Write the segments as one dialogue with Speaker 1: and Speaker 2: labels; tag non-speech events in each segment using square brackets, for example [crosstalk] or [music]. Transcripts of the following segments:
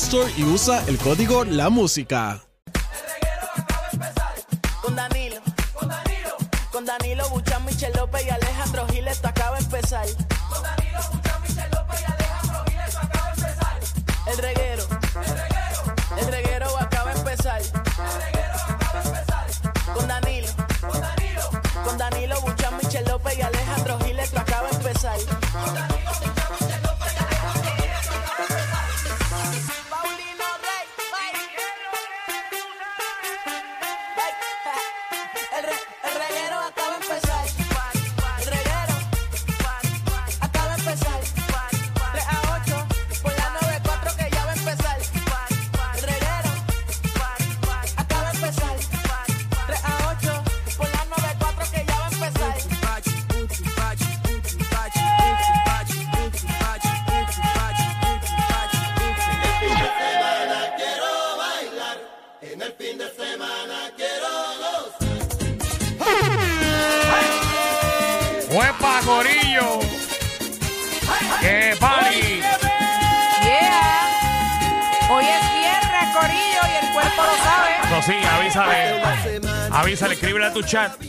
Speaker 1: Store y usa el código La Música.
Speaker 2: Con Danilo, con Danilo, con Danilo Buchan, Michel López y Alejandro Gil, esto acaba de empezar. Con Danilo Buchan, Michel López y Alejandro Gil, esto acaba de empezar. El reguero, el reguero, el reguero acaba de empezar. El reguero acaba de empezar. Con Danilo, con Danilo, con Danilo Buchan, Michel López y Alejandro Gil, esto acaba de empezar. Con Danilo Buchan, Michel López y Alejandro Gil, esto acaba de empezar. Paulino Rey, El, re- el reguero acaba de empezar. El reguero acaba de empezar. 3 a 8 por la 94 que ya va a empezar. El reguero acaba de empezar. 3 a 8 por la 94 que ya va a empezar.
Speaker 3: ¡Huepa, gorillo! ¡Qué party!
Speaker 4: Yeah. Hoy es viernes, Corillo, y el cuerpo lo sabe.
Speaker 3: Eso sí, avísale. Avísale, escríbele a tu chat.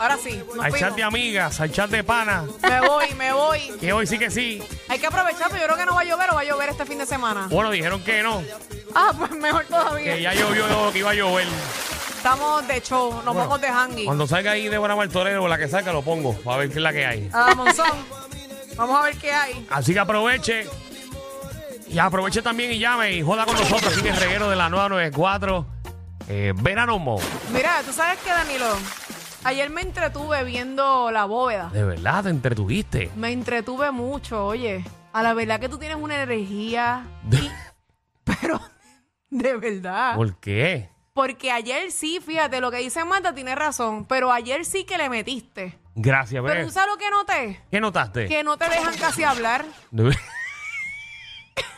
Speaker 4: Ahora sí, nos
Speaker 3: Al chat de
Speaker 4: fuimos.
Speaker 3: amigas, al chat de pana.
Speaker 4: Me voy, me voy.
Speaker 3: Que hoy sí que sí.
Speaker 4: Hay que aprovechar, pero yo creo que no va a llover o va a llover este fin de semana.
Speaker 3: Bueno, dijeron que no.
Speaker 4: Ah, pues mejor
Speaker 3: Que
Speaker 4: todavía.
Speaker 3: ya llovió lo que iba a llover.
Speaker 4: Estamos de show, nos vamos de hangy.
Speaker 3: Cuando salga ahí Débora Martorell o la que salga, lo pongo. Para ver qué es la que hay.
Speaker 4: Ah, Monzón, vamos a ver qué hay.
Speaker 3: Así que aproveche. Y aproveche también y llame y joda con nosotros. Aquí en el reguero de la 994. Eh, verano Mo.
Speaker 4: Mira, tú sabes que, Danilo, ayer me entretuve viendo la bóveda.
Speaker 3: De verdad, te entretuviste.
Speaker 4: Me entretuve mucho, oye. A la verdad que tú tienes una energía, [laughs] pero de
Speaker 3: [laughs]
Speaker 4: verdad.
Speaker 3: ¿Por qué?
Speaker 4: Porque ayer sí, fíjate, lo que dice Marta tiene razón, pero ayer sí que le metiste.
Speaker 3: Gracias,
Speaker 4: Pero
Speaker 3: ¿ves?
Speaker 4: tú sabes lo que noté,
Speaker 3: ¿Qué notaste?
Speaker 4: que no te dejan casi hablar.
Speaker 3: Ah,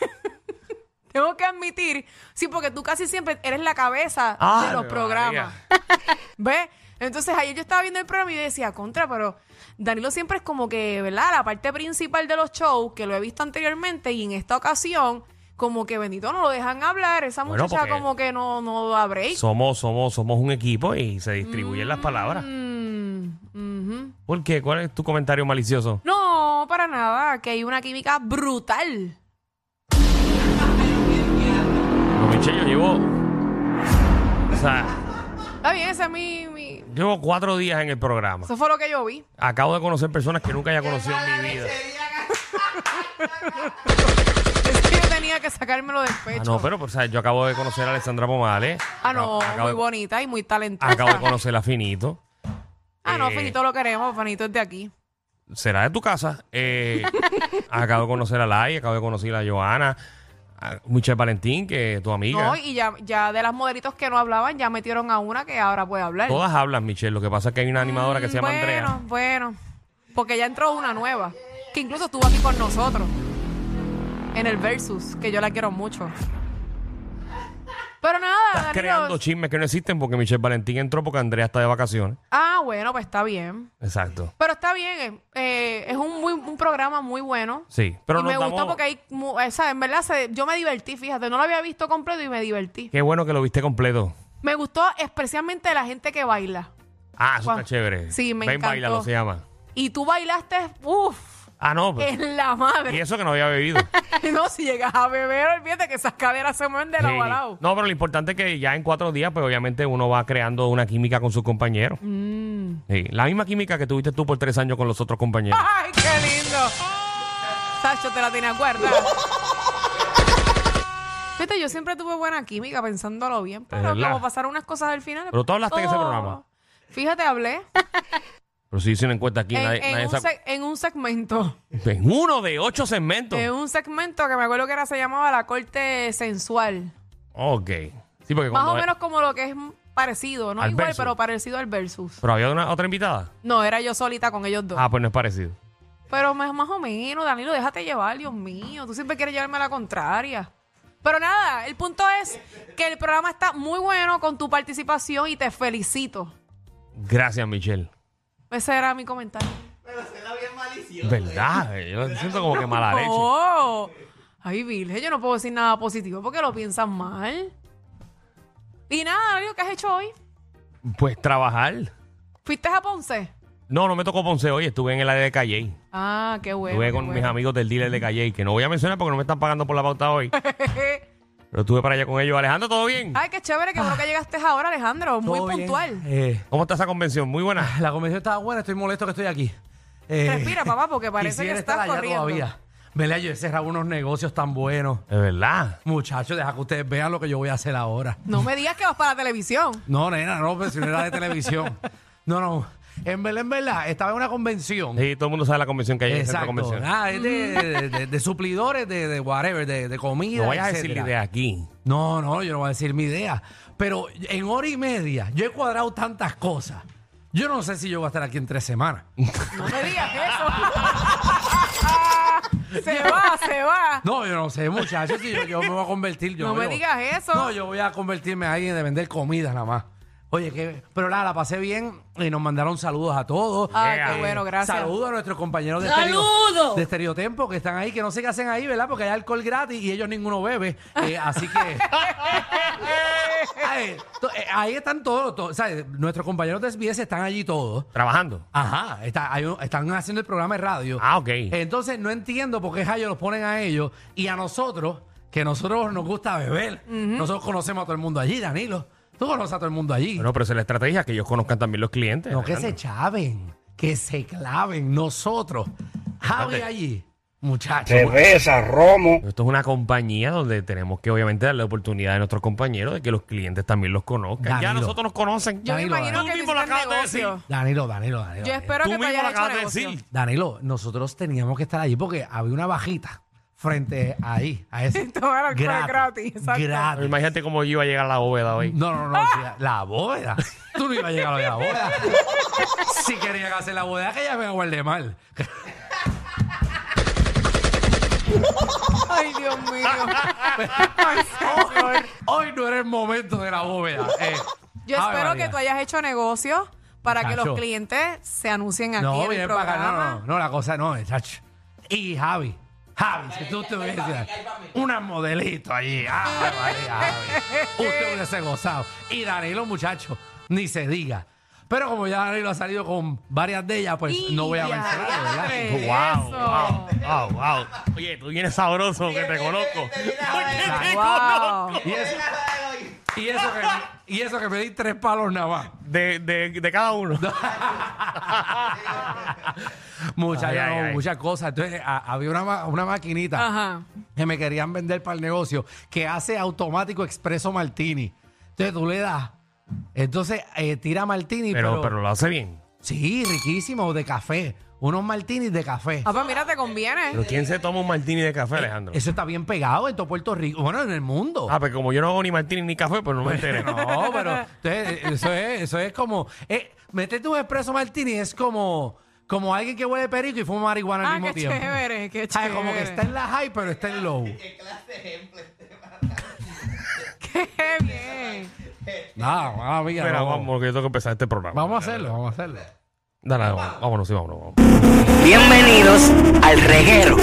Speaker 4: Tengo que admitir, sí, porque tú casi siempre eres la cabeza de los
Speaker 3: Ave
Speaker 4: programas.
Speaker 3: Ah, María.
Speaker 4: ¿Ves? Entonces ayer yo estaba viendo el programa y yo decía, contra, pero Danilo siempre es como que, ¿verdad? La parte principal de los shows, que lo he visto anteriormente y en esta ocasión, como que bendito no lo dejan hablar, esa
Speaker 3: Bueno,
Speaker 4: muchacha
Speaker 3: porque-
Speaker 4: como que no, no da break.
Speaker 3: Somos, somos, somos un equipo y se distribuyen las palabras.
Speaker 4: Mm, ujú.
Speaker 3: ¿Por qué? ¿Cuál es tu comentario malicioso?
Speaker 4: No, para nada, que hay una química brutal.
Speaker 3: No, Michelle, yo llevo. O sea,
Speaker 4: Está bien, ese es mi, mi-
Speaker 3: llevo cuatro días en el programa.
Speaker 4: Eso fue lo que yo vi.
Speaker 3: Acabo de conocer personas que nunca haya conocido en mi vida.
Speaker 4: Es que yo tenía que sacármelo del pecho.
Speaker 3: Ah, no, pero pues, o sea, yo acabo de conocer a Alessandra Pomales.
Speaker 4: Ah, no,
Speaker 3: Acabo-
Speaker 4: muy
Speaker 3: acabo, de-
Speaker 4: bonita y muy talentosa.
Speaker 3: acabo de conocer a Finito.
Speaker 4: ah, no,
Speaker 3: eh,
Speaker 4: Finito lo queremos, Finito es de aquí.
Speaker 3: será de tu casa.
Speaker 4: [laughs]
Speaker 3: Eh, acabo de conocer a Lai, acabo de conocer a Joana, a Michelle Valentín, que es tu amiga.
Speaker 4: No, y ya, ya de las modelitos que no hablaban, ya metieron a una que ahora puede hablar.
Speaker 3: Todas hablan, Michelle. Lo que pasa es que hay una animadora que se llama
Speaker 4: Mm, bueno,
Speaker 3: Andrea.
Speaker 4: Bueno, porque ya entró una nueva, que incluso estuvo aquí con nosotros, en el Versus, que yo la quiero mucho. Pero nada,
Speaker 3: Estás
Speaker 4: Danilo,
Speaker 3: creando chismes que no existen porque Michelle Valentín entró porque Andrea está de vacaciones.
Speaker 4: Ah, bueno, pues está bien.
Speaker 3: Exacto.
Speaker 4: Pero está bien, eh, eh, es un, muy- un programa muy bueno.
Speaker 3: Sí. Pero
Speaker 4: y
Speaker 3: nos
Speaker 4: me
Speaker 3: damos-
Speaker 4: gustó porque hay, mu- eh, ¿sabes? en verdad se- yo me divertí, fíjate, no lo había visto completo y me divertí.
Speaker 3: Qué bueno que lo viste completo.
Speaker 4: Me gustó especialmente la gente que baila.
Speaker 3: Ah, eso
Speaker 4: Wow.
Speaker 3: está chévere.
Speaker 4: Sí, me
Speaker 3: Ven,
Speaker 4: encantó.
Speaker 3: bailalo, se llama.
Speaker 4: Y tú bailaste, uff,
Speaker 3: Ah, no. pues.
Speaker 4: En la
Speaker 3: Y
Speaker 4: madre.
Speaker 3: eso que no había
Speaker 4: [laughs]
Speaker 3: bebido.
Speaker 4: No, si llegas a beber, olvídate que esas caderas se mueven de
Speaker 3: Sí.
Speaker 4: lado a lado.
Speaker 3: No, pero lo importante es que ya en cuatro días, pues obviamente uno va creando una química con sus compañeros.
Speaker 4: Mm.
Speaker 3: Sí, la misma química que tuviste tú por tres años con los otros compañeros.
Speaker 4: [laughs] ¡Ay, qué lindo! Sacho, te la tenía guardada. Fíjate, yo siempre tuve buena química pensándolo bien, pero
Speaker 3: verdad.
Speaker 4: como pasaron unas cosas al final.
Speaker 3: Pero tú hablaste en ese
Speaker 4: todo-
Speaker 3: programa.
Speaker 4: Fíjate, hablé
Speaker 3: Pero si hice una encuesta aquí,
Speaker 4: en,
Speaker 3: nadie-
Speaker 4: en
Speaker 3: nadie
Speaker 4: un
Speaker 3: se acu-
Speaker 4: seg- en un segmento.
Speaker 3: en uno de ocho segmentos.
Speaker 4: En un segmento que me acuerdo que era se llamaba La Corte Sensual.
Speaker 3: Ok. Sí, porque
Speaker 4: Más
Speaker 3: cuando-
Speaker 4: o menos como lo que es parecido, no
Speaker 3: Al
Speaker 4: igual,
Speaker 3: versus.
Speaker 4: pero parecido al versus.
Speaker 3: Pero había una, otra invitada.
Speaker 4: No, era yo solita con ellos dos.
Speaker 3: Ah, pues no es parecido.
Speaker 4: Pero más, más o menos, Danilo, déjate llevar, Dios mío. Tú siempre quieres llevarme a la contraria. Pero nada, el punto es que el programa está muy bueno con tu participación y te felicito.
Speaker 3: Gracias, Michelle.
Speaker 4: Ese era mi comentario.
Speaker 3: ¿Verdad? eh, Yo siento como que mala leche.
Speaker 4: Oh, ay, Virgen, yo no puedo decir nada positivo porque lo piensas mal. Y nada, Danilo, ¿qué has hecho hoy?
Speaker 3: Pues trabajar.
Speaker 4: ¿Fuiste a Ponce?
Speaker 3: No, no me tocó Ponce hoy. Estuve en el área de Calle.
Speaker 4: Ah, qué bueno.
Speaker 3: Estuve
Speaker 4: qué
Speaker 3: con mis
Speaker 4: bueno.
Speaker 3: amigos del dealer de Calle, que no voy a mencionar porque no me están pagando por la pauta
Speaker 5: [laughs]
Speaker 3: hoy. Pero estuve para allá con ellos. Alejandro, ¿todo bien?
Speaker 4: Ay, qué chévere, qué bueno que llegaste ahora, Alejandro. Muy
Speaker 5: Todo bien.
Speaker 4: puntual.
Speaker 5: Eh,
Speaker 3: ¿Cómo está esa convención? Muy buena.
Speaker 5: la convención estaba buena, estoy molesto que estoy aquí. Eh,
Speaker 4: Respira, papá, porque parece que
Speaker 5: quisiera
Speaker 4: estás
Speaker 5: estar allá
Speaker 4: corriendo.
Speaker 5: todavía. ¿Verdad? Yo he cerrado unos negocios tan buenos.
Speaker 3: Es verdad.
Speaker 5: Muchachos, deja que ustedes vean lo que yo voy a hacer ahora.
Speaker 4: No me digas que vas para la televisión.
Speaker 5: No, nena, no, pero si no era de televisión. No, no. En verdad, en verdad, estaba en una convención.
Speaker 3: Sí, todo el mundo sabe la convención que hay en el centro de
Speaker 5: Exacto.
Speaker 3: convención.
Speaker 5: Ah, es de, de- de- de suplidores, de, de whatever, de, de comida.
Speaker 3: No vayas a
Speaker 5: etcétera.
Speaker 3: decirle de aquí.
Speaker 5: No, no, yo no voy a decir mi idea. Pero en hora y media, yo he cuadrado tantas cosas. Yo no sé si yo voy a estar aquí en tres semanas.
Speaker 4: No me digas eso. [laughs] se va, se va.
Speaker 5: No, yo no sé, muchachos, si yo, yo me voy a convertir. Yo
Speaker 4: No me
Speaker 5: yo-
Speaker 4: digas eso.
Speaker 5: No, yo voy a convertirme a alguien de vender comida nada más. Oye, que, pero nada, la pasé bien y nos mandaron saludos a todos.
Speaker 4: Ay,
Speaker 3: Yeah.
Speaker 4: qué bueno, Ah, gracias.
Speaker 5: Saludos a nuestros compañeros de,
Speaker 6: ¡Saludos!
Speaker 5: Estereo- de Estereotempo que están ahí, que no sé qué hacen ahí, ¿verdad? Porque hay alcohol gratis y ellos ninguno bebe. eh,
Speaker 4: [laughs]
Speaker 5: así que. Ay, to- eh, ahí están todos, todos, ¿sabes? Nuestros compañeros de SBS están allí todos.
Speaker 3: Trabajando.
Speaker 5: Ajá, está- hay un- están haciendo el programa de radio.
Speaker 3: Ah, ok.
Speaker 5: Entonces no entiendo por qué ellos los ponen a ellos y a nosotros, que nosotros nos gusta beber. Nosotros conocemos a todo el mundo allí, Danilo. Tú conoces a todo el mundo allí.
Speaker 3: Bueno, pero esa es la estrategia, que ellos conozcan también los clientes.
Speaker 5: no, que se
Speaker 3: Alejandro.
Speaker 5: chaven, que se claven nosotros. Javi
Speaker 3: Espérate.
Speaker 5: allí, muchachos.
Speaker 7: cerveza, romo.
Speaker 3: Esto es una compañía donde tenemos que obviamente darle oportunidad a nuestros compañeros de que los clientes también los conozcan. Ya
Speaker 5: Danilo.
Speaker 3: nosotros nos conocen.
Speaker 4: Yo me
Speaker 5: Danilo, ¿eh?
Speaker 4: imagino
Speaker 5: Danilo.
Speaker 4: que
Speaker 3: Tú
Speaker 4: tú
Speaker 3: mismo lo
Speaker 4: hiciste el
Speaker 3: acabas de
Speaker 4: negocio.
Speaker 5: Danilo, Danilo, Danilo.
Speaker 4: Yo
Speaker 5: Danilo.
Speaker 4: espero
Speaker 3: Tú
Speaker 4: que te
Speaker 3: mismo lo
Speaker 4: hayas hecho
Speaker 3: acabas de
Speaker 4: negocio.
Speaker 3: decir.
Speaker 5: Danilo, nosotros teníamos que estar allí porque había una bajita frente ahí,
Speaker 4: [laughs]
Speaker 5: a ese.
Speaker 4: Todo era gratis, exacto.
Speaker 5: gratis.
Speaker 3: Imagínate cómo yo iba a llegar a la bóveda hoy.
Speaker 5: No, no, no, la- la bóveda. Tú no ibas a llegar hoy a la bóveda. Si quería que hacer la bóveda, que ya me guardé mal.
Speaker 4: [laughs] Ay, Dios mío. Ay, señor.
Speaker 5: Hoy no era el momento de la bóveda. Eh, [laughs]
Speaker 4: Yo
Speaker 5: Ave
Speaker 4: espero
Speaker 5: María.
Speaker 4: que tú hayas hecho negocios para que los
Speaker 5: Chacho.
Speaker 4: clientes se anuncien aquí
Speaker 5: No,
Speaker 4: en el
Speaker 5: bien para acá. No,
Speaker 4: programa.
Speaker 5: no, no, no, la cosa no, es, chacho. Y Javi. Javi, si tú te hubieses una modelito allí. Ave María, Javi. Usted hubiese gozado. Y Danilo, muchacho, ni se diga. Pero como ya Danilo ha salido con varias de ellas, pues no voy a
Speaker 4: Ya,
Speaker 5: mencionar, ¿verdad?
Speaker 4: madre,
Speaker 3: Wow,
Speaker 4: eso.
Speaker 3: wow, wow, wow. Oye, tú vienes sabroso, que te conozco.
Speaker 4: Wow.
Speaker 5: Y eso, y eso que, y eso que me di tres palos nada más.
Speaker 3: De, de, de cada uno.
Speaker 5: Muchas,
Speaker 3: Ay, ay,
Speaker 5: no,
Speaker 3: ay.
Speaker 5: muchas cosas. Entonces, a- había una, ma- una maquinita
Speaker 4: Ajá.
Speaker 5: que me querían vender para el negocio que hace automático expreso martini. Entonces tú le das. Entonces eh, tira martini, pero,
Speaker 3: Pero, pero lo hace bien.
Speaker 5: sí, riquísimo, de café. Unos martinis de café.
Speaker 4: Ah, pues mira, te conviene.
Speaker 3: Pero ¿quién se toma un martini de café, Alejandro?
Speaker 5: Eh, Eso está bien pegado en todo Puerto Rico. Bueno, en el mundo.
Speaker 3: Ah, pero como yo no hago ni martini ni café, pues no
Speaker 5: [laughs]
Speaker 3: me enteré.
Speaker 5: No, pero entonces, eso, es, eso es como. Eh, meterte un expreso martini es como, como alguien que huele perico y fuma marihuana al
Speaker 4: Ah,
Speaker 5: mismo
Speaker 4: qué
Speaker 5: tiempo.
Speaker 4: chévere, qué
Speaker 5: Ay,
Speaker 4: chévere.
Speaker 5: como que está en la high, pero está en
Speaker 4: [laughs]
Speaker 5: low.
Speaker 4: Qué bien.
Speaker 5: Nada, mala mía,
Speaker 3: Espera,
Speaker 5: no.
Speaker 3: vamos, porque yo tengo que empezar este programa.
Speaker 5: Vamos a hacerlo, vamos a hacerlo.
Speaker 3: Dale, vamos, vámonos, sí, vámonos. vámonos.
Speaker 2: Bienvenidos al reguero.